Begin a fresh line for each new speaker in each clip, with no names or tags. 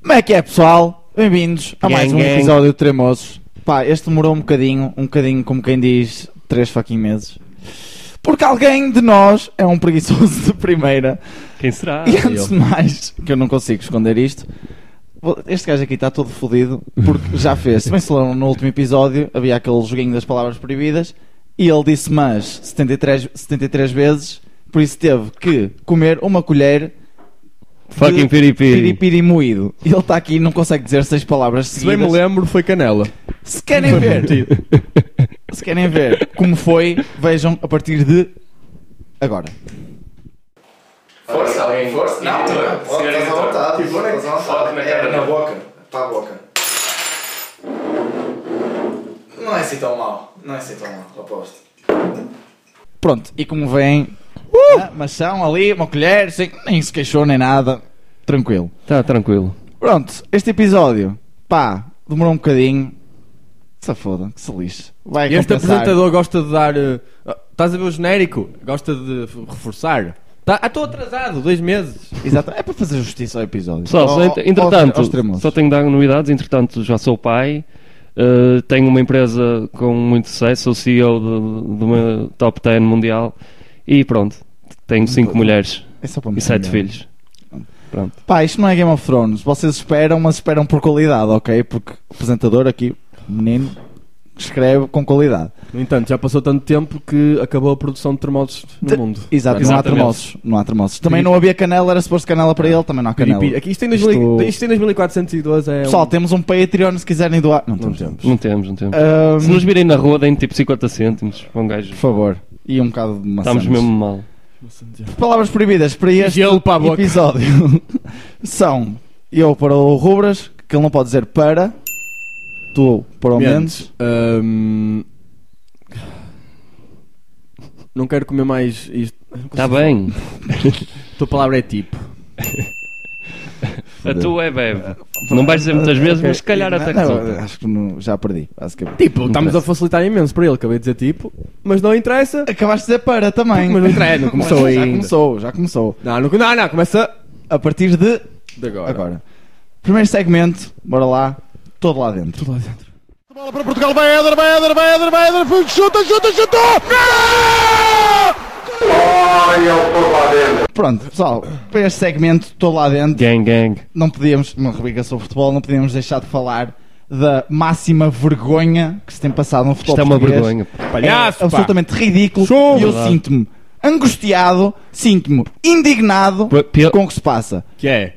Como é que é, pessoal? Bem-vindos a mais
Gang,
um
gang.
episódio de Tremosos. Pá, este demorou um bocadinho, um bocadinho como quem diz, três fucking meses. Porque alguém de nós é um preguiçoso de primeira.
Quem será?
Ah,
E antes de mais, que eu não consigo esconder isto, vou- este gajo aqui está todo fodido porque já fez. Se bem se lembram, no último episódio havia aquele joguinho das palavras proibidas e ele disse mas 73, 73 vezes, por isso teve que comer uma colher
Fucking
de
piripiri.
piripiri moído. E ele está aqui e não consegue dizer seis palavras
Se bem
seguidas.
me lembro, foi canela.
Se querem ver, se querem ver como foi, vejam a partir de agora.
Força, alguém força. Não, tu estás à vontade. Estás à vontade. na cara, na boca. Para a boca. Não é assim tão mal. Não é assim tão mal, aposto.
Pronto, e como vem,
Uh!
maçã ali, uma colher, sem- nem se queixou nem nada, tranquilo.
Tá tranquilo.
Pronto, este episódio, pá, demorou um bocadinho. Se foda, que se lixe. Vai
E este
compensar.
apresentador gosta de dar. eh, ah, Estás a ver o genérico? Gosta de f- reforçar. Tá, ah, estou atrasado, dois meses.
Exato, é para fazer justiça ao episódio.
Pessoal,
Ao-
só ent-
ao-
entretanto,
aos- aos tremosos.
só tenho de dar novidades. Entretanto, já sou pai. eh, tenho uma empresa com muito sucesso. Sou CEO de, de uma top 10 mundial. E pronto. Tenho 5 mulheres
É só para me
e 7
lembrar.
filhos. Pronto.
Pá, isto não é Game of Thrones. Vocês esperam, mas esperam por qualidade, ok? Porque o apresentador aqui, menino, escreve com qualidade.
No entanto, já passou tanto tempo que acabou a produção de termodos no
De-
mundo.
Exato, não há
Exatamente.
termossos. Não há termossos. Também não havia canela, era suposto canela para ele, também não há canela.
Piripiri. Aqui, isto, em
Isto-
2000 isto em 2402 é. um-
Pessoal, temos um Patreon se quiserem doar. Não,
Não
temos.
temos.
Não temos, não temos.
Ahm,
Se nos virem na rua, deem tipo 50 cêntimos. Bom gajo.
Por favor. E um bocado de maçãs.
Estamos mesmo mal.
Palavras proibidas para este
gelo para a boca.
episódio são eu para o Rubras, que ele não pode dizer para, tu para o Mendes,
Menos. ehm, Ahm, Não quero comer mais isto.
Está Tá bem.
Tua palavra é tipo.
A tua é bebe. Não vais dizer muitas vezes, mas se calhar até que
Não,
resulta.
Acho que não- já perdi, basicamente.
Tipo, estamos
interessa.
a facilitar imenso para ele. Acabei de dizer tipo, mas não interessa.
Acabaste de dizer para também.
Mas não interessa, não começou
Mas já
ainda.
começou, já começou.
Não, não, não, não, começa
A partir de
de agora.
agora. Primeiro segmento, bora lá, todo lá dentro.
Tudo lá dentro.
Bola para Portugal, vai Éder, vai Éder, vai Éder, vai Éder, foi- chuta, chuta, chutou!
Pronto, pessoal, para este segmento, todo lá dentro.
Gang, gang.
não podíamos, uma rubrica sobre futebol, não podíamos deixar de falar da máxima vergonha que se tem passado no futebol
Isto é uma
português.
vergonha.
Palhaço,
é
pá.
absolutamente ridículo
Show.
e eu
Verdade.
sinto-me angustiado, sinto-me indignado
P- pior-
com o que se passa.
Que é?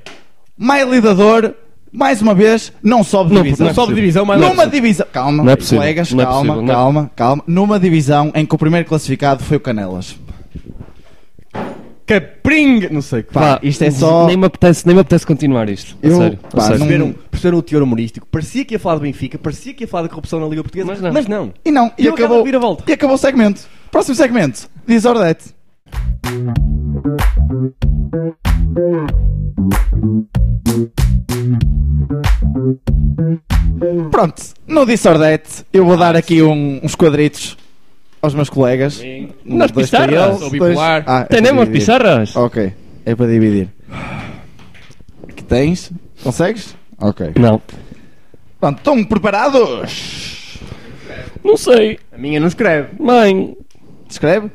Mais lidador, mais uma vez, não sobe
Não,
divisão.
Não sobe divisão, mas
Numa divisão, calma,
Não é possível,
colegas,
não é
calma,
possível, não é-
calma, calma. Numa divisão em que o primeiro classificado foi o Canelas.
Capringa! Não sei.
Pá, isto é só.
Nem me apetece, nem me apetece continuar isto. A
Eu-
sério. a
pá,
sério.
não-
Perceberam, perceberam o um teor humorístico. Parecia que ia falar do Benfica, parecia que ia falar da corrupção na Liga Portuguesa,
Mas não.
E não, e,
Deu aquela
acabou.
reviravolta.
E acabou o segmento. Próximo segmento. Diz Ordete. Pronto, no Disse Ordete, eu vou dar aqui um- uns quadritos aos meus colegas. Um,
Nas
dois para
pizarras?
eles,
Sou
dois-
bipolar.
Ah, é para
Tenemos
dividir.
pizarras.
Ok, é para dividir. Que tens? Consegues? Ok.
Não.
Pronto, estão preparados?
Não sei.
A minha não escreve.
Mãe.
Escreve?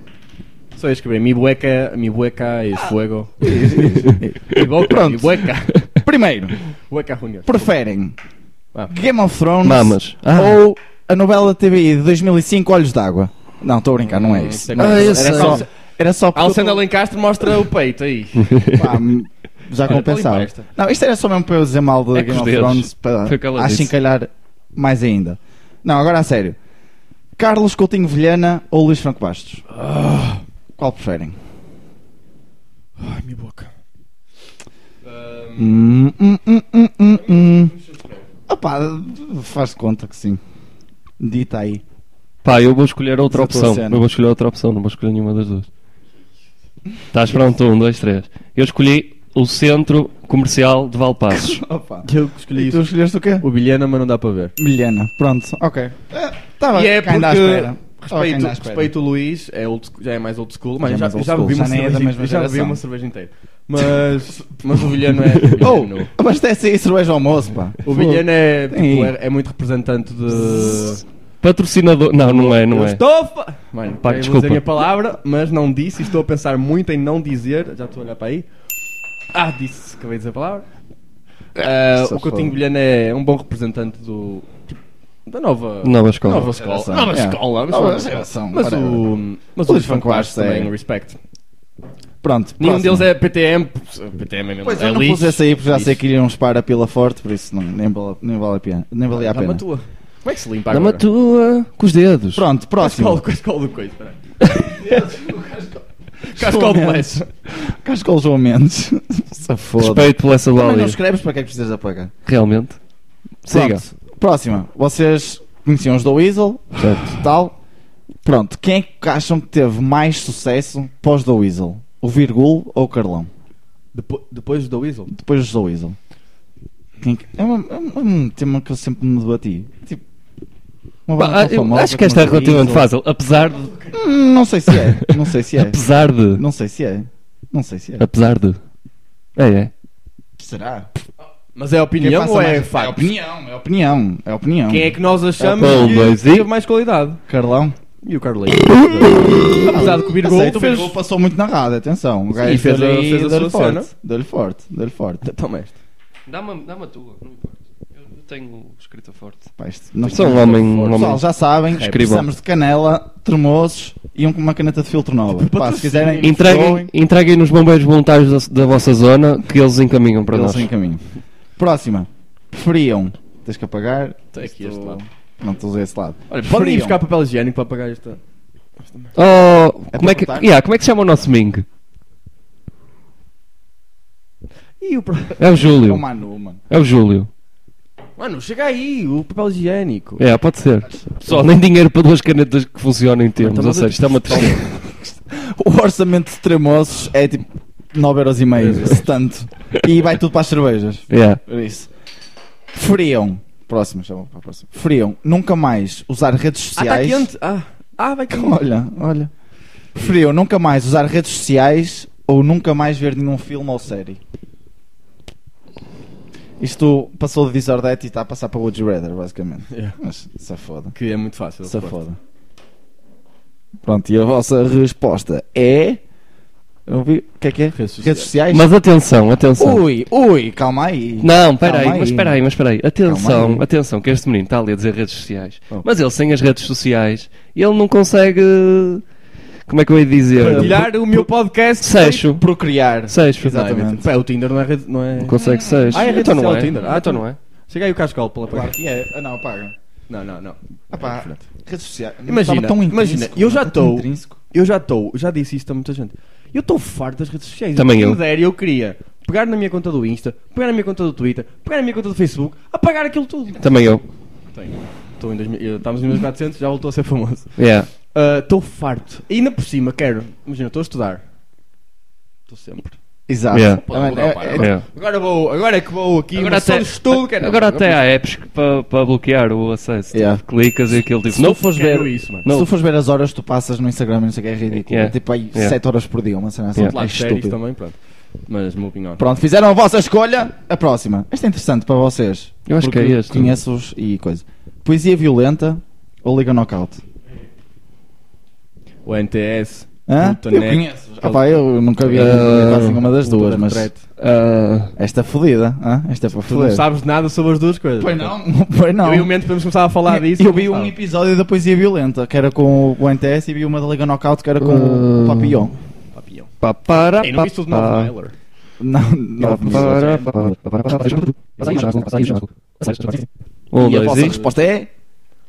Só ia escrever mi bueca, mi bueca e fuego. Ah. mi boca,
Pronto.
mi bueca.
Primeiro,
Bueca junior.
preferem
Ah.
Game of Thrones
Mamas. Ah.
ou a novela TV de 2005 Olhos d'Água? Não, estou a brincar, não é isso.
sei qual é. Ah, eu
era,
sei.
Só, era
um
só porque
Alessandra Lencastre mostra o peito aí.
eu- pá, m- já
limpar
compensava.
esta.
Não, isto era só mesmo para eu dizer mal do
É com
Game
os
of
dedos.
Thrones para
Foi o que ela disse.
achincalhar mais ainda. Não, agora a sério. Carlos Coutinho Vilhena ou Luís Franco Bastos?
Ah.
Qual preferem?
Ai, minha boca.
Hum, hum, hum, hum, hum, hum. Opa, faz de conta que sim. Dita aí.
Pá, eu vou escolher
Essa
outra
é a tua
opção.
cena.
Eu vou escolher outra opção, não vou escolher nenhuma das duas. Estás pronto? Um, dois, três. Eu escolhi o centro comercial de Valpassos.
Opa.
Eu escolhi
E tu
isso.
escolheste o quê?
O Bilhena, mas não dá para ver.
Milhena, pronto, ok. Eh, tá Estava
E é
cá ainda à espera.
porque
Estava cá
respeito,
ainda à espera.
respeito o Luís, é old, sc- já é mais old school, mas
Já é
já,
mais old
já
school,
bebi
já
uma
nem é da
cerveja,
mesma
já bebi
geração.
uma cerveja inteira. Mas, mas o Vilhano é. Vilhano.
Oh, abastece aí cerveja ao almoço, pá.
o Vilhano é, tipo,
Sim.
é, é muito representante de.
Patrocinador. Não, não é, não
Eu
é.
Estou a fa- Mano,
Pá,
eu vou
desculpa.
dizer a minha palavra, mas não disse e estou a pensar muito em não dizer. Já estou a olhar para aí. Ah, disse, acabei de dizer a palavra. Ah,
safado.
o Coutinho Vilhano é um bom representante do. tipo, da nova.
Nova escola.
Nova escola.
Geração.
Nova
Yeah.
escola.
Nova
Mas,
geração,
mas
whatever.
o.
O
Mas o
Luís
Luís
Franco
Fanquares
Bastos é-
também, respect.
Pronto,
Nenhum
próximo.
deles é PTM. PTM é mesmo.
Pois
é
eu não
lixo.
pus essa aí porque já
Lixo.
sei que iriam espar a pila forte, por isso não, nem, vale, nem, vale a pena, nem valia a
Dá-me a
pena.
tua. Como é que se limpa
Dá-me a
agora?
tua com os dedos.
Pronto,
Cascol,
próximo.
cascol do coisa, peraí. Cascol do
Mendes.
Leste.
Cascol João Mendes. Safoda.
Respeito pela essa
Também não
Lália.
escreves para que é que precisas da placa.
Realmente. Siga.
Pronto, próxima. Vocês conheciam os do Weasel,
Certo.
tal. Pronto, quem é que acham que teve mais sucesso pós do Weasel? O Virgul ou o Carlão?
Depo- Depois do Weasel.
Depois os do Weasel. Quem que- É, uma- é um- é um tema que eu sempre me debati. Tipo, uma banda
Pá,
tão
eu
famosa
acho que
como
esta é
os do
relativamente
Weasel.
fácil. Apesar de.
Hum, Não sei se é. Não sei se é.
Apesar de.
Não sei se é. Não sei se é.
Apesar de. É, é.
Será?
Mas é opinião ou é
É
facto?
opinião, é opinião, é opinião.
Quem é que nós achamos
Apple,
que
dois e-
teve mais qualidade?
Carlão?
E o Carlinhos. Apesar de que o Birgol
Aceito,
fez...
o passou muito na rada, atenção. O
Sim,
gajo
e fez a-
deu-lhe-
fez a
deu-lhe
sua
forte.
cena.
Deu-lhe forte, deu-lhe forte.
Toma este.
Dá-me a tua, não importa. Eu tenho escrita forte.
Pá, isto não
Sou um homem. Um homem.
Pessoal, já sabem,
Escrevam.
precisamos de canela, tremoços e um, uma caneta de filtro nova.
Tipo
Pá, se quiserem,
Entreguem, entreguem nos bombeiros voluntários da, da vossa zona que eles encaminham para
eles
nós.
em caminho. Próxima. Preferiam. Tens que apagar.
Tem aqui este
Estou-
lado.
Não, estou a esse lado.
Olha, podem ir
Preferiam.
buscar papel higiênico para apagar esta...
Oh,
É
como,
para
é que,
cortar?
yeah, como é que se chama o nosso Ming?
Ih, o... pro-
É o
É o
Júlio.
Manu, mano.
É o Júlio.
Mano, chega aí, o papel higiênico.
É, pode ser. Só nem dinheiro para duas canetas que funcionem temos.
Então,
Ou
mas
seja,
eu-
isto é uma tristeza.
O orçamento de tremoços é tipo 9,5€, se tanto. E vai tudo para as cervejas.
Yeah.
Era isso. Friam. Próximo, chama para a próxima. Friam. Nunca mais usar redes
Ah, tá
sociais.
quente. Ah, ah vai quente.
Olha, olha. Preferiam nunca mais usar redes sociais ou nunca mais ver nenhum filme ou série? Isto passou de Disordet e está a passar para Would You Rather, basicamente.
Yeah.
Mas se foda.
É. Que é muito fácil.
Se foda. Pronto, e a vossa resposta é. Eu vi. O que é que é?
Redes sociais.
Redes sociais?
Mas atenção, atenção.
Ui, ui, calma aí.
Não, peraí,
Calma aí.
mas peraí, mas peraí. Atenção,
Calma aí.
atenção, que este menino está ali a dizer redes sociais.
Oh.
Mas ele sem as redes sociais, ele não consegue. Como é que eu ia dizer?
Partilhar o meu podcast.
Seixo.
Procriar.
Seixo.
Exatamente.
Pá, o Tinder não é rede... Não é...
Não consegue seixo.
Ah, é rede
então não
social,
é.
Tinder. Ah,
então não é.
Chega aí o Cascol pela
Claro
apagar.
que é. Ah, não, apaga.
Não, não, não.
Ah, pá, redes sociais.
Imagina,
Estava tão
imagina,
intrínseco,
eu já
estava tão
tô-
intrínseco.
Eu já estou, já disse isto a muita gente. Eu estou farto das redes sociais.
Também
Quem
eu.
me dera, eu queria pegar na minha conta do Insta, pegar na minha conta do Twitter, pegar na minha conta do Facebook, apagar aquilo tudo.
Também eu.
Tenho. Estou em 2000, eu- estamos em 1400, já voltou a ser famoso.
Yeah.
Ah, Estou farto. E ainda por cima, quero. Imagina, estou a estudar. Estou sempre.
Exato.
Yeah.
Ah, mano, é- é-
Yeah.
Agora vou, agora é que vou aqui.
Agora
Agora
até-
até estudo, quero.
Agora até há apps que para, para bloquear o acesso. tipo,
Yeah.
Clicas e aquilo tipo.
Se tu fores
Quero
ver,
isso, mano.
se
Não.
tu fores ver as horas que tu passas no Instagram, não sei o que é ridículo.
Yeah.
É tipo aí
Yeah.
7 horas por dia, uma cena assim.
Yeah.
É
Lá de séries
estúpido.
também, pronto. Mas, moving on.
Pronto, fizeram a vossa escolha. A próxima. Esta é interessante para vocês.
Eu acho
porque
que é este.
Conheço-os e coisa. Poesia violenta ou Liga Knockout?
O NTS.
Hã?
Puta, né?
Ah, pá, eu nunca vi
Ah,
quase nenhuma das duas,
Puta,
mas
retrete.
Ah,
esta é fodida. hã? Esta é para
Tu não
foder.
sabes nada sobre as duas coisas.
Pois não, pois não.
Eu e o Mendes podemos começar a falar disso.
Eu vi
Não
um
sabe.
episódio da Poesia Violenta, que era com o NTS, e vi uma da Liga Knockout, que era com o
Ah.
Papillon.
Papillon.
pá, para,
Ei, não viste o de
pá,
novo Tyler?
Não, não.
pá, para, pá, pá, pá, pá, pá, passa aí o jogo, passa aí o jogo. Um,
E a vossa
dois e.
resposta é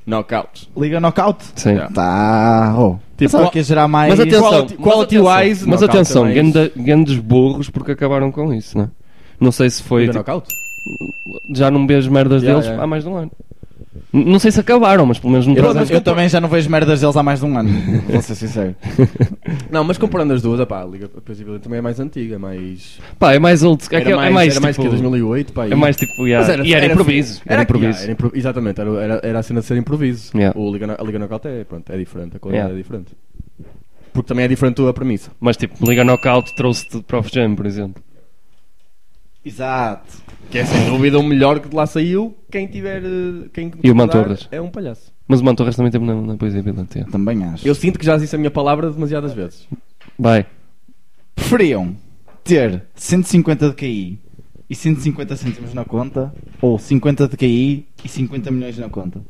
Knockout.
Liga Knockout.
Sim.
Tá. Oh. Pensava
qual-
que ia gerar mais. é
Mas atenção,
Quality, quality wise.
Mas
knockout é
atenção,
também.
ganda- grandes burros porque acabaram com isso, né? Não sei se foi.
Ainda
tipo,
knockout?
já não vejo merdas
Yeah,
deles
yeah.
há mais de um ano. N- Não sei se acabaram, mas pelo menos não
Eu,
trazem-
eu também já não vejo merdas deles há mais de um ano. Vou ser sincero.
Não, mas comparando as duas, opá, a Liga Previsível também é mais antiga, é mais.
Pá, é mais old. É, que- é
era mais,
mais,
era mais
tipo,
que 2008, pá. aí.
É mais tipo. yeah.
um. Mas
e era, improviso. Era,
Era,
improviso.
yeah, era impro- exatamente, era, era, era a cena de ser improviso.
Yeah.
O Liga, a Liga Knockout é, pronto, é diferente, a qualidade
Yeah.
é diferente. Porque também é diferente a premissa.
Mas tipo, Liga Knockout trouxe-te Prof Jam, por exemplo.
Exato.
Que é sem dúvida o melhor que de lá saiu. Quem tiver. eh, Quem
E o Mantorras.
É um palhaço.
Mas o Mantorras também teve na, na poesia brilhante. é.
Também acho.
Eu sinto que já disse a minha palavra demasiadas vezes.
Vai.
Preferiam ter 150 de KI e 150 cêntimos na conta ou 50 de KI e 50 milhões na conta?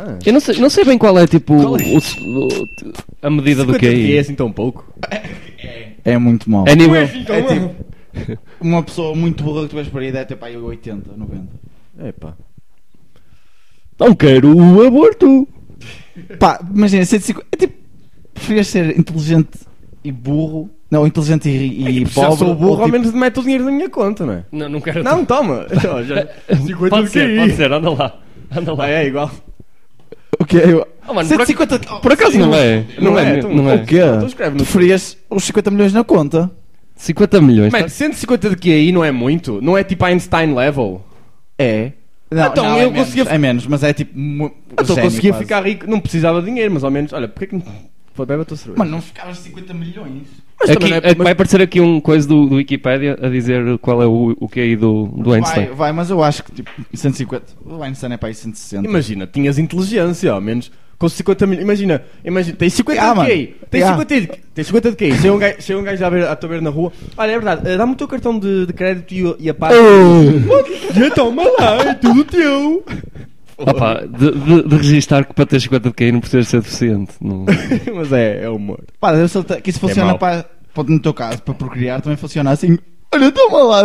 Ah.
Eu não sei, não sei bem qual é, tipo,
Qual é?
o- o- a medida do
50 é
QI.
assim tão pouco.
É muito mal.
É nível...
É tipo, uma pessoa muito burra que tu vais para aí deve ter para aí 80, 90.
tipo, Epá.
Não quero o aborto.
Pá, imagina, 150. É tipo, preferias ser inteligente e burro? Não, inteligente e, e
Se eu
pobre.
sou burro,
ou,
ao
tipo,
menos mete o dinheiro na minha conta, não é?
Não, não quero...
Não, toma. Ó, já- 50
pode
do
ser,
QI.
pode ser, anda lá. Anda lá.
Ah, é igual.
o quê? Eu-
Oh, mano, por ac-
150.
Por acaso não é?
Não é,
Não
então-
é. Não é.
O quê?
Então escreve no-
Preferias os 50 milhões na conta?
50 milhões. tá?
Mano, 150 de QI não é muito? Não é tipo Einstein level?
É. Não,
Então,
não,
eu
é menos,
conseguia-
É menos, mas é tipo. mu-
Então
gênio
conseguia
quase.
ficar rico, não precisava de dinheiro, mas ao menos. Olha, porquê que não. Pô, bebe a tua cerveja.
Mano, não ficavas 50 milhões.
mas
Aqui,
também não é-
aqui
mas-
Vai aparecer aqui um coisa do, do Wikipedia a dizer qual é o, o QI do, do Einstein.
Vai, vai, mas eu acho que tipo 150. O Einstein é para aí 160.
Imagina, tinhas inteligência, ao menos. Com 50 mil. Imagina, imagina, tens 50
Ah,
de
mano.
QI. Tens,
Ah.
50 de, tens 50 de QI. Chega um gajo, chega um gajo à, beira, à tua beira na rua. Olha, é verdade, eh, dá-me o teu cartão de, de crédito e, o- e a parte.
Oh.
E então, mas lá, é tudo teu.
Opa, de, de, de registar que para ter 50 de QI não precisa ser deficiente. Não.
mas é, é humor.
Pá, deve ser que isso funciona
É mau.
para. pode, No teu caso, para procriar, também funciona assim. Olha, toma lá,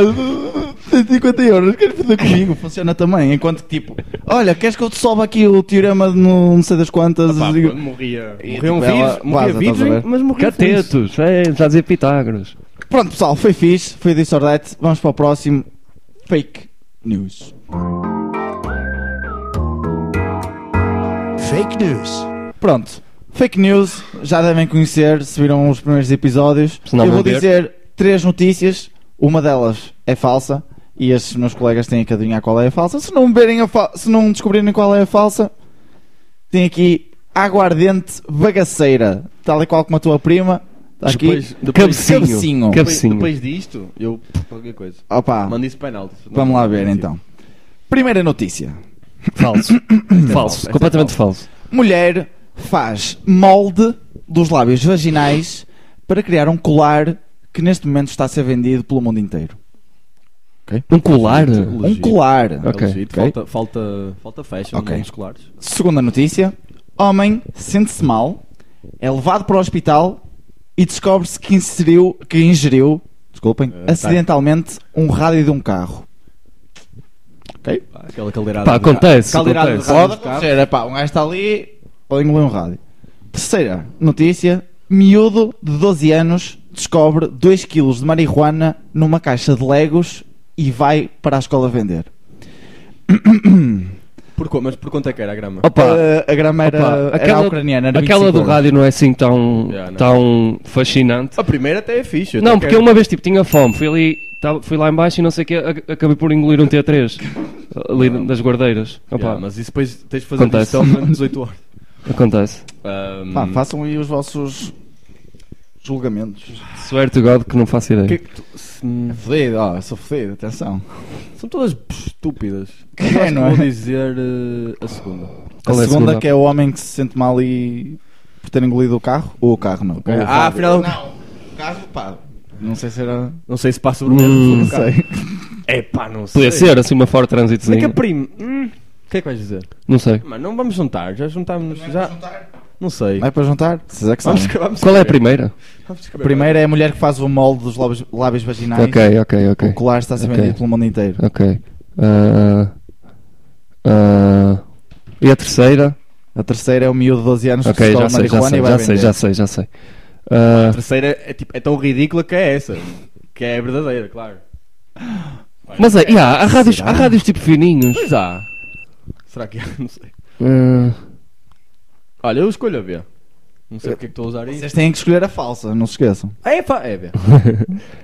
150 euros, queres fazer comigo? Funciona também. Enquanto que tipo, olha, queres que eu te solva aqui o teorema de não não sei das quantas?
Ah, Pá,
Digo,
morria.
E,
Morria um
tipo, ela
vírus, morria
vaza, estás a
vírus,
ver?
mas morria feliz.
Catetos, é, já dizia Pitágoras.
Pronto, pessoal, foi fixe, foi disso ao right. Vamos para o próximo. Fake news.
Fake news.
Pronto, fake news, já devem conhecer se viram os primeiros episódios.
Se não
Eu
vão
vou
ver.
dizer três notícias, uma delas é falsa e estes meus colegas têm que adivinhar qual é a falsa. Se não, verem a fa- se não descobrirem qual é a falsa, tem aqui aguardente bagaceira, tal e qual como a tua prima. Está aqui.
Depois, depois,
Cabecinho.
cabecinho.
depois,
Cabecinho. É
depois disto, eu. qualquer coisa.
Opa,
Manda isso para penalti.
vamos lá ver então. Primeira notícia:
Falso. falso.
esta é
Completamente falso.
mulher faz molde dos lábios vaginais para criar um colar que neste momento está a ser vendido pelo mundo inteiro.
Um colar?
Um colar.
É
Ok,
legítimo.
ok.
Falta, falta, falta fashion
Ok.
nos colares.
Segunda notícia: homem sente-se mal, é levado para o hospital e descobre-se que inseriu, que ingeriu, desculpem,
tá.
acidentalmente um rádio de um carro.
Pá, Aquela caldeirada.
Pá,
de-
acontece,
Caldeirada
acontece.
de rádio
Pode
dos carros.
acontecer, pá, um gajo está ali, pode engolir um rádio. Terceira notícia: miúdo de 12 anos descobre 2 kg de marihuana numa caixa de Legos e vai para a escola vender.
Por quê? Mas por quanto é que era a grama?
Opa,
Eh, a grama era,
opa,
era ucraniana, era
aquela
25
do
euros.
rádio não é assim tão,
Já, não.
tão fascinante.
A primeira até é fixe. eu
Não,
até
porque
quero.
uma vez tipo, tinha fome, fui ali, tava- fui lá em baixo e não sei o que, acabei por engolir um T3 ali das guardeiras. Opa,
Yeah, mas isso depois tens de fazer
Acontece.
digestão durante 18 horas. Um,
acontece.
Ahm,
Pá, façam aí os vossos julgamentos.
Swear to God que não faço ideia.
que é que tu- se-
Fodido, ó, sou fodido, atenção.
São todas estúpidas.
Que
Eu acho
é,
que
não é?
Vou dizer eh, a segunda.
A
Qual é a
segunda,
segunda?
que é o homem que se sente mal e por ter engolido o carro, ou o carro não. Ou o
ah,
rádio.
afinal. Não.
Não, o carro, pá, não sei se era.
sei se passa o mesmo.
Não sei.
É pá, não sei.
Podia ser assim uma forte
Como é que
transitozinha.
a prima. Hum, O que é que vais dizer?
Não sei.
Mano, não vamos juntar, já juntámos. Já... Não sei.
Vai para jantar? Vocês é que
Vamos
sabem.
vamos
Qual é a primeira?
vamos escrever.
Primeiro é a mulher que faz o molde dos lábios, lábios vaginais.
Ok, ok, ok.
O colar está a ser
Ok.
vendido pelo mundo inteiro.
Ok. Ah, ah, e a terceira?
A terceira é o miúdo de 12 anos que
Ok,
se
já
toma
sei, já
marihuana
sei,
e vai
já sei,
vender.
já sei, já sei. Ah,
A terceira é, tipo, é tão ridícula que é essa. Que é verdadeira, claro.
mas é, yeah, há, rádios, há rádios tipo fininhos.
Pois há. Será que é? Não sei.
Ah,
Olha, eu escolho a B. Não sei porque é que estou a usar isso.
Vocês têm que escolher a falsa, não se esqueçam.
Ah, é, fa- é B.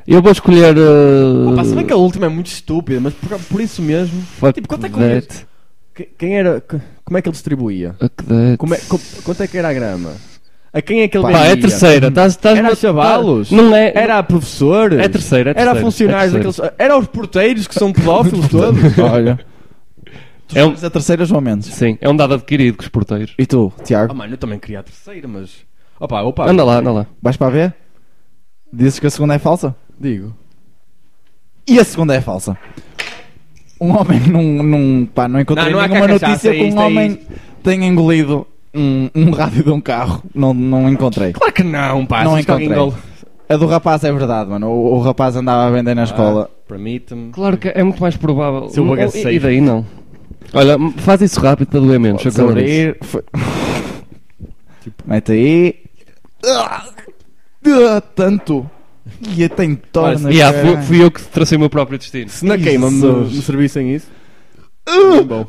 eu vou escolher. ah,
Pá, se bem que a última é muito estúpida, mas por, por isso mesmo.
fuck
tipo, quanto é que
that,
Que- Quem era. que- Como é que ele distribuía?
fuck that.
Como é- co- quanto é que era a grama? A quem é que ele
Pá,
Pá,
vendia?
é terceira. Estás, estás
Era a chavalos?
Não é.
Era a professores?
É terceira, é
Era
terceira,
a funcionários
é
daqueles... Era aos porteiros que são pedófilos todos?
Olha. Tu
É um-
escolhes a terceira, João Mendes.
Sim, é um dado adquirido com os porteiros.
E tu,
Ah,
Tiago,
mano, eu também queria a terceira, mas... Opa, opa.
Anda lá, anda lá.
vais para a B? Dizes que a segunda é falsa?
Digo.
E a segunda é falsa. Um homem num, num, pá, não encontrei
Não, não há
nenhuma
cá cachaça,
notícia
é
que um
isto, é
homem tenha engolido um, um rádio de um carro. Não, não encontrei.
Claro que não, pá.
Não
se isto é um alguém
encontrei.
engole-
A do rapaz é verdade, mano. O, o rapaz andava a vender na escola.
Ah, Permite-me.
Claro que é muito mais provável.
Seu
Não,
bagaceiro.
e, e daí não. Olha, m- faz isso rápido para doer menos.
Deixa
eu
eu Tipo-
calor isso.
abrir. Foi... Mete aí. Ah, ah, tanto. E tem torna.
E há,
caralho.
fui, fui eu que tracei o meu próprio destino.
Se na queima me,
Jesus.
me servissem isso...
Uh!
Bom.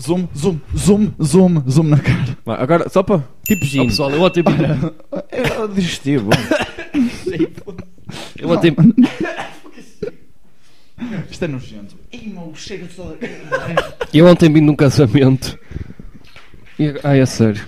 Zoom, zoom, zoom, zoom, zoom na cara.
Vai, Agora, só para... Tipo
Oh,
gin.
pessoal, eu ontem,
Eu desisti, bom.
eu ontem
Isto é nojento. Ih, meu, chega só.
Eu ontem vim de um casamento. E, ai, é sério.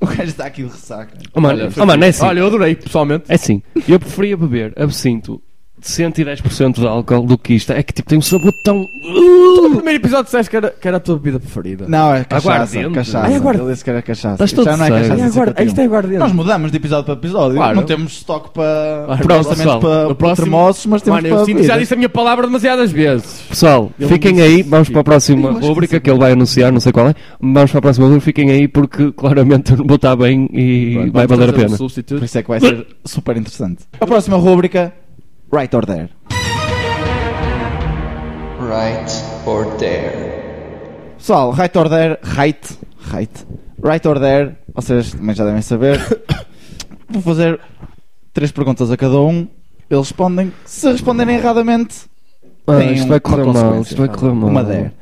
O gajo está aqui de ressaca.
Oh, mano, oh, mano, é assim.
Olha, eu adorei, pessoalmente.
É assim. Eu preferia beber absinto de 110% de álcool do que isto. É que tipo tem um sabor tão. uh!
No primeiro episódio disseste que era, que era a tua bebida preferida.
Não, é cachaça.
Aguardente.
Cachaça.
Ai, aguarda-
Ele disse que era cachaça.
Estás
Isto
todo
já não é
cego.
cachaça.
É
isso é
agora,
copinho.
isto é aguardente.
Nós mudamos de estoque para episódio.
Claro.
Não temos estoque para
Claro.
para orçamento
Pessoal,
para
no próximo-
termossos, mas temos
Mano,
para
eu sinto que já
bebidas.
disse a minha palavra demasiadas vezes.
Pessoal,
Ele
fiquem
disse
aí.
isso,
Vamos para a próxima
Eu acho que
rúbrica
sim.
que ele vai anunciar, não sei qual é. Vamos para a próxima rúbrica. Fiquem aí porque claramente eu não vou estar bem e
Pronto,
vai
vamos
valer a
fazer um
pena.
Por
substituto.
isso é que vai ser super interessante. A próxima rúbrica, Right or Dare.
Right or dare.
Pessoal, Right or Dare, Right, Right, Right or Dare, vocês também já devem saber. Vou fazer três perguntas a cada um. Eles respondem. Se responderem erradamente,
Ah,
tem
isto vai
uma
correr mal.
consequência,
Isto vai
pá.
correr mal.
Uma Dare.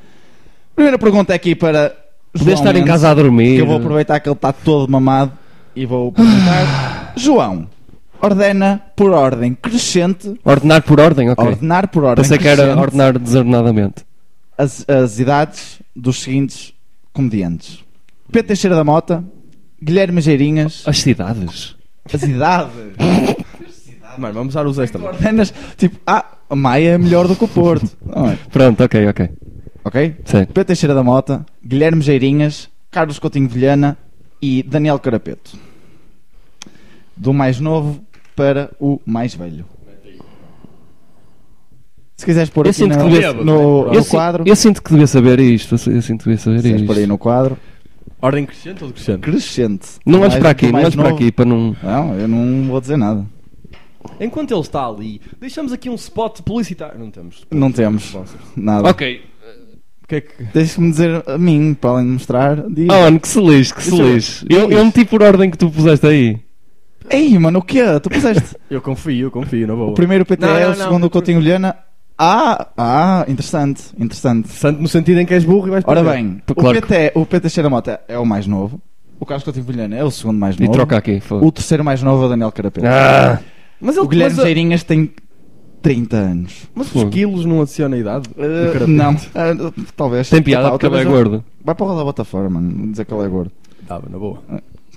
Primeira pergunta é aqui para.
Poder
João
estar em
Mendes,
casa a dormir.
que eu vou aproveitar que ele está todo mamado e vou perguntar. João, ordena por ordem crescente.
Ordenar por ordem, ok.
Ordenar por ordem
Pensei que
crescente.
era ordenar desordenadamente.
as, as idades dos seguintes comediantes: Pedro Teixeira da Mota, Guilherme Geirinhas,
As cidades.
as idades.
Mano, vamos usar os extra. mano.
Ordenas, tipo, ah, a Maia é melhor do que o Porto. Não é?
Pronto, ok, ok.
Ok?
Sim.
Pedro Teixeira da Mota, Guilherme Geirinhas, Carlos Coutinho Vilhana e Daniel Carapeto. Do mais novo para o mais velho. Se quiseres pôr
Eu
aqui
sinto
no,
que devia-
no,
eu,
no
si-
quadro,
eu sinto que devia saber isto. Eu, si- eu sinto que devia
se
saber
quiseres pôr aí
isto.
no quadro,
Ordem crescente ou decrescente?
crescente.
Não
Do
olhes
mais-
para aqui,
do
não
mais
olhes para
novo-
aqui para não.
Não, eu não vou dizer nada.
Enquanto ele está ali, deixamos aqui um spot publicitário. Não temos.
Não temos nada.
Ok.
O que é que.
Deixa-me dizer a mim, para além de mostrar. Diz.
Ah, mano, que se lixe, que se
Isso é-
lixe. Eu, eu meti por ordem que tu puseste aí.
Ei, mano, o quê? Tu puseste
Eu confio, eu confio, na boa.
o primeiro PTE,
Não, não,
o
não.
segundo o Coutinho Lhana. Ah, ah, interessante, interessante.
Santo no sentido em que és burro e vais
Ora
perder.
bem,
Claro
o PT, o PT Cheira Mota é o mais novo. O Carlos Coutinho Lhana é o segundo mais
E
novo.
troca aqui. foda.
O terceiro mais novo é o Daniel Carapeto.
Ah,
Mas
o
ele
Guilherme
Então, mas, uh, a-
Geirinhas tem 30 anos.
mas os quilos não adiciona a idade. Do
Eh,
carapete.
não, Ah, talvez.
tem piada
Epá,
porque
outra
ele é
vez-
gordo.
Vai para o Roda Bota fora, mano. Dizer que ele é gordo.
Dava, na boa.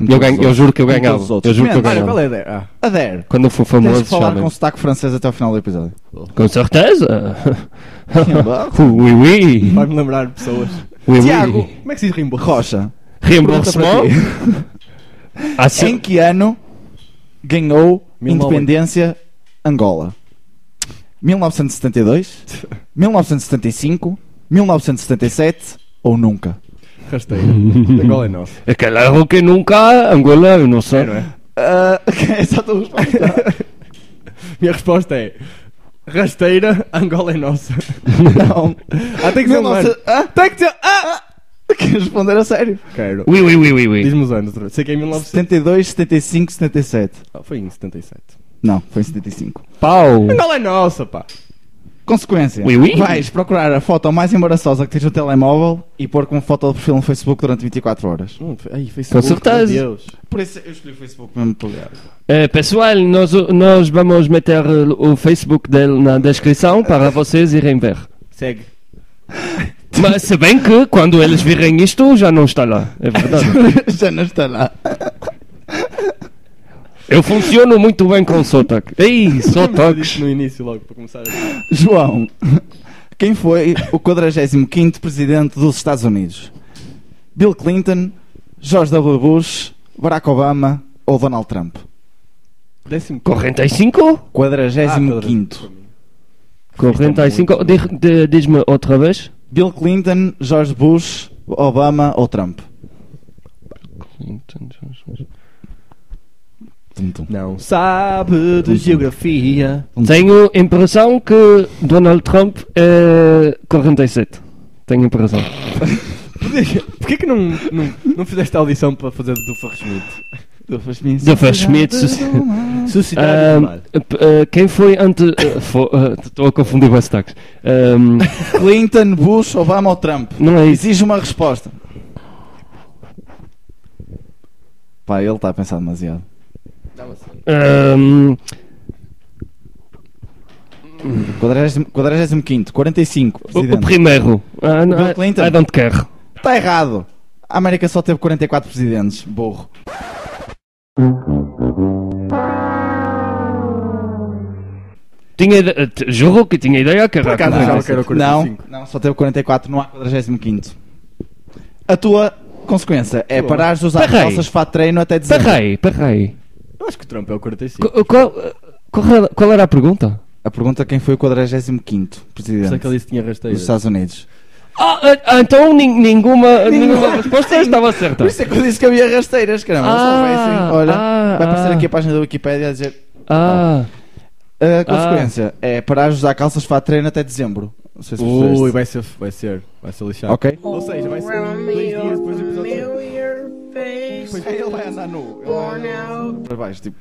Eu, ganho, eu juro que eu
Como
ganhava.
todos os outros.
Eu juro que eu
Olha,
Olha, qual
ganhava.
é a ideia? Ah,
Adere.
Quando eu for
Tens
famoso,
de falar com
chamem.
um sotaque francês até ao final do episódio.
Com certeza.
Sim,
Ui, ui.
Vai-me lembrar de pessoas.
Ui, ui.
Tiago.
Como é que se diz rimbo?
Rocha,
Reembolsement. Ah,
em que ano ganhou
1908?
independência Angola? 1972, 1975, 1977 ou nunca?
Rasteira. A gola é nossa.
É claro que nunca Angola, eu não sei.
É, não é?
Ah, é só tu tá? responder.
Minha resposta é. Rasteira, Angola é nossa.
Não.
Ah, tem que ser um ano.
1900 Ah,
Tem que ser. Ah!
Queres responder a sério?
Quero.
Ui, ui, ui, ui, ui.
Diz-me os anos. outra vez. Sei que é 1900.
72, 75, 77.
Ah, foi em 77.
Não, foi em 75.
Pau.
Angola é nossa, pá.
Consequência.
Ui, ui.
Vais procurar a foto mais embaraçosa que tens no telemóvel e pôr como foto de perfil no Facebook durante 24 horas.
Hum, fe- Ai, Facebook,
Com certeza.
meu Deus.
Por isso eu escolhi o Facebook mesmo por
Eh, pessoal, nós, nós vamos meter eh, o Facebook dele na descrição para
Eh.
vocês irem ver.
Segue.
Mas se bem que quando eles virem isto já não está lá. É verdade.
Já não está lá.
Eu funciono muito bem com sotaque. Ei, só
Eu disse
toques.
no início logo, para começar. a-
João, quem foi o 45 presidente dos Estados Unidos? Bill Clinton, George W. Bush, Barack Obama ou Donald Trump?
Décimo. Ah,
45?
45. muito bem.
45. Di- di- Diz-me outra vez.
Bill Clinton, George Bush, Obama ou Trump? Tum, tum.
Não sabe de geografia.
Tenho a impressão que Donald Trump é 47. Tenho a impressão.
Ah, Porquê que não, não, não fizeste a audição para fazer do Farschmidt?
De Verschmidt.
Sociedade Animal.
eh, quem foi antes. eh, Estou a confundir bastaques.
Clinton, Bush, Obama ou Trump?
não é isso.
Exige uma resposta. Pá, ele está a pensar demasiado.
Ahm,
40 45, 45,
o, o
presidente.
primeiro. Ah, não,
Bill Clinton.
I don't care.
Está Tá errado. A América só teve 44 presidentes. Burro.
Tinha, ide- te- juro que tinha ideia que era.
acaso,
Não,
já- que era o 45.
Não, não, só teve 44, não há 45. A tua consequência é parares de usar
Peraí.
calças de fato de treino até dizer
Peraí, peraí.
Eu acho que o Trump é o 45.
Qu- eh, Qual, qual era- qual era a pergunta?
A pergunta é quem foi o 45
Por isso é que ele
presidente
disse Tá. que tinha rasteira.
dos Estados Unidos.
Ah, ah, então nin- nenhuma, nenhuma resposta estava certa.
Por isso é que eu disse que havia rasteiras, caramba.
Ah,
Se soubessem, assim. olha,
ah,
vai aparecer
ah.
aqui a página da Wikipédia a dizer.
Ah,
A consequência é parares de usar calças de fato de treino até dezembro. Não sei se percebeste.
Ui, vai ser, vai ser, vai ser lixado.
Ok?
Ou seja, vai ser dois dias depois do episódio.
Pois ele vai andar nu. Ele vai andar nu para baixo, tipo.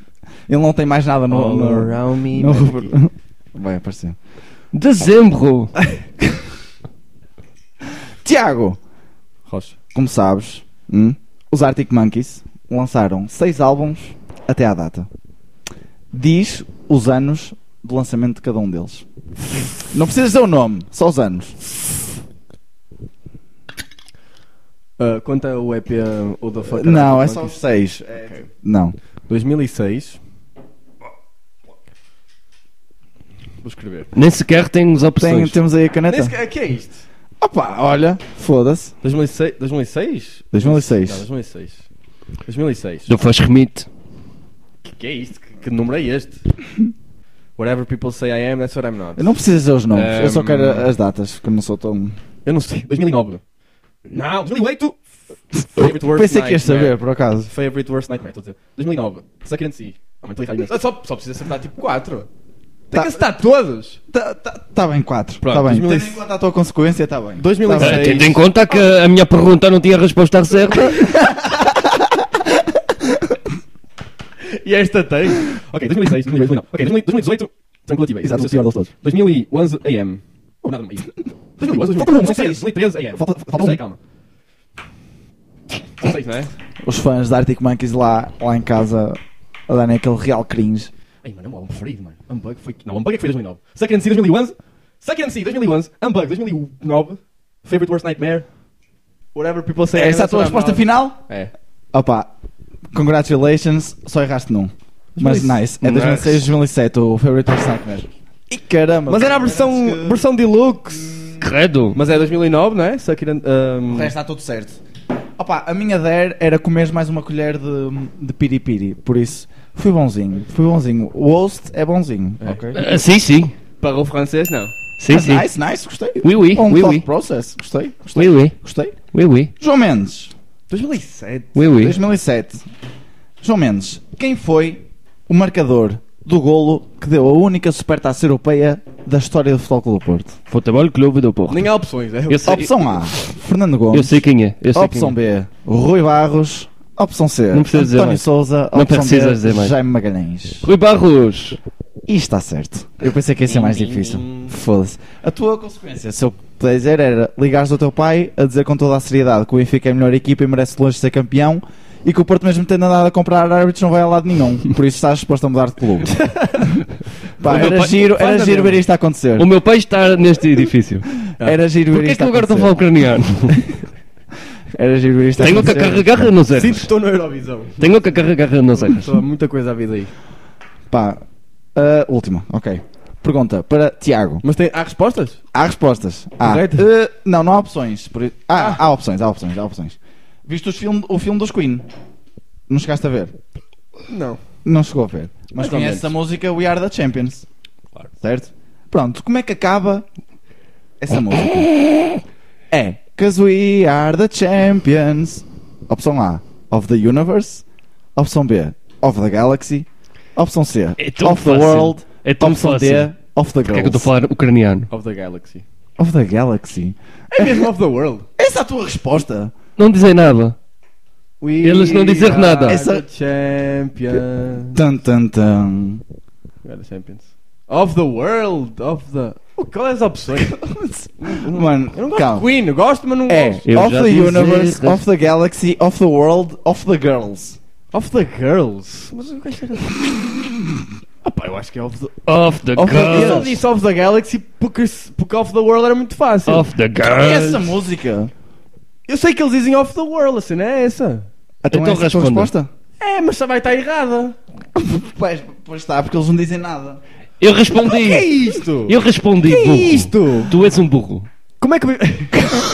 Ele não tem mais nada no.
All
no-
around me,
no-
baby.
Vai aparecer.
dezembro.
Tiago,
Rocha.
como sabes, hum, os Arctic Monkeys lançaram seis álbuns até à data. Diz os anos de lançamento de cada um deles. Não precisas dizer o nome, só os anos.
Ah, conta o EP ah, o da Fucker.
Não, é só os seis. É, Não.
2006. Vou escrever.
Nem sequer temos
Tem-
opções.
temos aí a caneta.
Nem sequer- que é isto?
Opa, olha, foda-se.
2006? 2006?
2006.
Não, 2006. 2006.
Do Faschmit.
Que, que é isto? Que, que número é este? Whatever people say I am, that's what I'm not.
Eu não preciso dizer os nomes, eu só
Ehm.
quero as datas, que eu não sou tão.
Eu não sei. 2009. Não, 2008. Favorite worst
Pensei que ias
nightmare.
saber, por acaso.
Favorite worst nightmare, estou a dizer. 2009. Second Sea. Ah, mas estou a errar imenso. Só, só preciso acertar tipo 4. Tem
Tá.
que acertar todos.
Tá, tá, tá bem, 4.
Pronto,
Tá bem.
2006.
Tendo em conta a tua consequência, tá bem.
2006.
Tá bem.
É
Tendo
isso.
em conta que a minha pergunta não tinha resposta certa.
E esta tem. Ok, 2006, 2009. Ok, 2018. Tranquilativa. Exato, senhor dos todos. 2011 AM. Ou nada mais. 2011, 2013, 2013 AM. um, Falta, falta sei, calma. 16, não é?
Os fãs da Arctic Monkeys lá, lá em casa a darem aquele real cringe.
Ei, mano, é o meu álbum preferido, mano. Unbug foi. Não, Unbug é que foi 2009. Second Sea 2011. Second Sea 2011. Unbug 2009. Favorite Worst Nightmare. Whatever people say.
Essa é a tua resposta final?
É.
Opa, congratulations, só erraste num. Mas nice, é 2006 2007, o favorite of Nightmare. E caramba!
Mas era a versão, versão deluxe.
Credo.
Mas é 2009, não é? Second. Um...
O resto está tudo certo. Opa, a minha der era comer mais uma colher de, de piripiri, por isso fui bonzinho, fui bonzinho. O host é bonzinho, ok?
Ah, sim, sim.
Para o francês, não.
Sim, sim.
Nice, nice, gostei.
Oui, oui,
um
On um
oui,
thought
oui.
process, gostei,
Oui,
gostei,
oui.
gostei.
Oui, oui.
João Mendes,
2007.
Oui, oui.
2007. João Mendes, quem foi o marcador do golo que deu a única supertaça europeia da história do Futebol Clube do Porto?
Futebol Clube do Porto.
Nem há opções, é?
Eu sei,
Opção A, Fernando
eu
Gomes.
sei quem é. Eu sei
Opção
quem é.
B, Rui Barros. Opção C,
Não precisa dizer
António
mais.
Souza.
Não
Opção
precisa
D,
dizer mais.
Jaime Magalhães.
Rui Barros.
E está certo. Eu pensei que ia ser mais difícil. Foda-se. A tua consequência, se eu puder dizer, era ligares ao teu pai a dizer com toda a seriedade que o Benfica é a melhor equipa e merece de longe ser campeão e que o Porto, mesmo tendo andado a comprar árbitros, não vai a lado nenhum. Por isso estás disposto a mudar de clube. Pá,
O meu
era
pai-
giro, era
Faz a
giro ver
mesma.
isto a acontecer.
O meu pai está neste edifício.
Era giro ver
Porquê é
isto
que
a
eu agora
acontecer.
estou a falar ucraniano?
Era giro ver isto
Tenho que
acontecer.
carregar nos
Sinto que
erros.
estou na Eurovisão.
Tenho que carregar nos erros.
Estou há muita coisa à vida aí.
Pá, ah, última, ok. Pergunta para Tiago.
Mas tem, há respostas?
Há respostas? Há.
Correto.
Ah, não, não há opções. Por... i- Ah, Há opções, há opções, há opções. Viste os filme, o filme dos Queen? Não chegaste a ver?
Não.
Não chegou a ver. Mas
Mais ou
conheces
menos.
a música We Are The Champions. Claro. Certo? Pronto, como é que acaba essa música? É Cause we are the champions Opção A Of the universe Opção B Of the galaxy Opção C
É tão
Of the
fácil.
world
É tão
Opção D
fácil.
Of the
Porquê é que eu
girls
estou a falar ucraniano?
Of the Galaxy.
Of the galaxy
É mesmo of the world.
Essa é a tua resposta
Não dizem nada.
We
Eles não dizer
are
nada.
Essa-
The champions.
Tan tan tan
We are the champions. Of the world. Of the. Oh, qual é as opções?
Mano,
Eu não gosto de
calma
Queen, eu gosto, mas não
É
gosto.
Eu
Of
já
the
disse.
universe Of the galaxy Of the world Of the girls
Of the girls. Mas o que é que era? Ah pá, eu acho que é of the.
Of the
Of the... Eu só
girls.
disse of the galaxy porque, se- porque of the world era muito fácil.
Of the
É Essa
girls.
música
Eu sei que eles dizem of the world, assim, não é essa?
Então,
Então
essa é a tua
responda.
resposta?
É, mas só vai estar errada.
Pois, pois está, porque eles não dizem nada
Eu
O que é
respondi.
isto?
Eu respondi,
Que é
burro.
isto?
Tu és um burro.
Como é que. eu-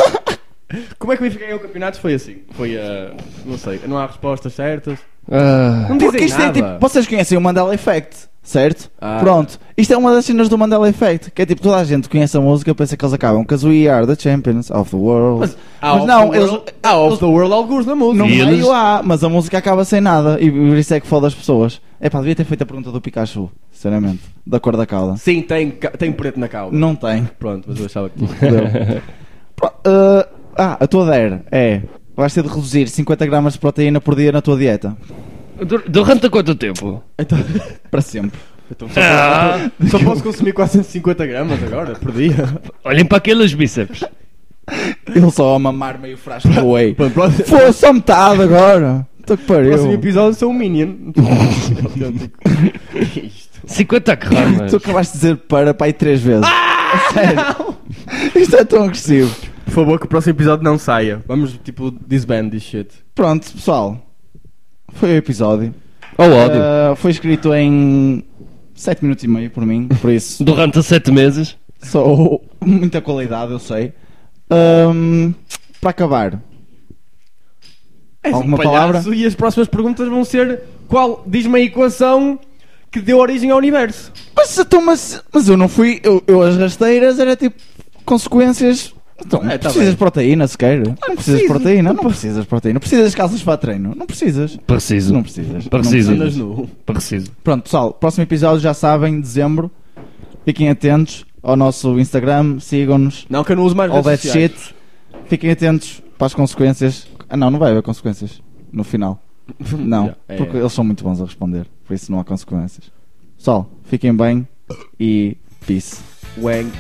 Como é que eu ganhei o campeonato? Foi assim. Foi a. não sei, não há respostas certas.
Ah,
Não
Porque
dizem
isto é
nada.
tipo. Vocês conhecem o Mandela Effect, certo?
Ah.
Pronto. Isto é uma das cenas do Mandela Effect. Que é tipo, toda a gente conhece a música pensa que eles acabam. Because we are the champions of the world. Mas,
Há ah, of
não,
the
eles.
world- Há of
eles-
the world alguns na música.
No
E
meio
eles-
há, mas a música acaba sem nada. E por isso é que foda as pessoas. É pá, devia ter feito a pergunta do Pikachu, sinceramente. Da cor da cauda.
Sim, tem, ca- tem preto na cauda.
Não tem.
Pronto, mas eu achava que.
Fudeu. Pro- ah, ah, a tua DER é. Vais ter de reduzir 50 gramas de proteína por dia na tua dieta.
dur- durante quanto tempo?
então,
Para sempre.
então só, só posso consumir 450 gramas agora, por dia.
Olhem para aqueles bíceps.
Ele só a mamar meio frasco do whey.
Pronto, próximo,
Foi só metade agora. Estou que
próximo
pariu.
episódio sou um Minion. Autêntico. Que é isto?
50 gramas.
Tu acabaste de dizer para pai três vezes. Ah, Sério. Isto é tão agressivo.
Por favor, que o próximo episódio não saia. Vamos, tipo, disband this shit.
Pronto, pessoal. Foi o episódio.
Ou ódio.
Ah, foi escrito em 7 minutos e meio por mim. Por isso,
Durante 7 meses.
sou muita qualidade, eu sei. Ahm, para acabar,
És
Alguma
um palhaço
palavra?
E as próximas perguntas vão ser: qual, diz-me a equação que deu origem ao universo?
Mas, então, mas, mas eu não fui. Eu, eu as rasteiras era tipo consequências. Então,
É, tá
precisas
bem. Ah,
de proteína sequer. não precisas de
preciso.
proteína, não precisas de proteína. Precisas de calças para treino. Não precisas.
Preciso.
Não precisas.
Preciso.
Não
Andas
precisas.
nu.
Preciso.
Pronto, pessoal, próximo episódio já sabem, dezembro. Fiquem atentos ao nosso Instagram, sigam-nos,
Não, que eu não uso mais
all
redes
that
sociais.
shit. Fiquem atentos para as consequências. Ah, não, não vai haver consequências no final. Não,
Yeah, é,
porque
é.
eles são muito bons a responder, por isso não há consequências. Pessoal, fiquem bem e peace.
Wang.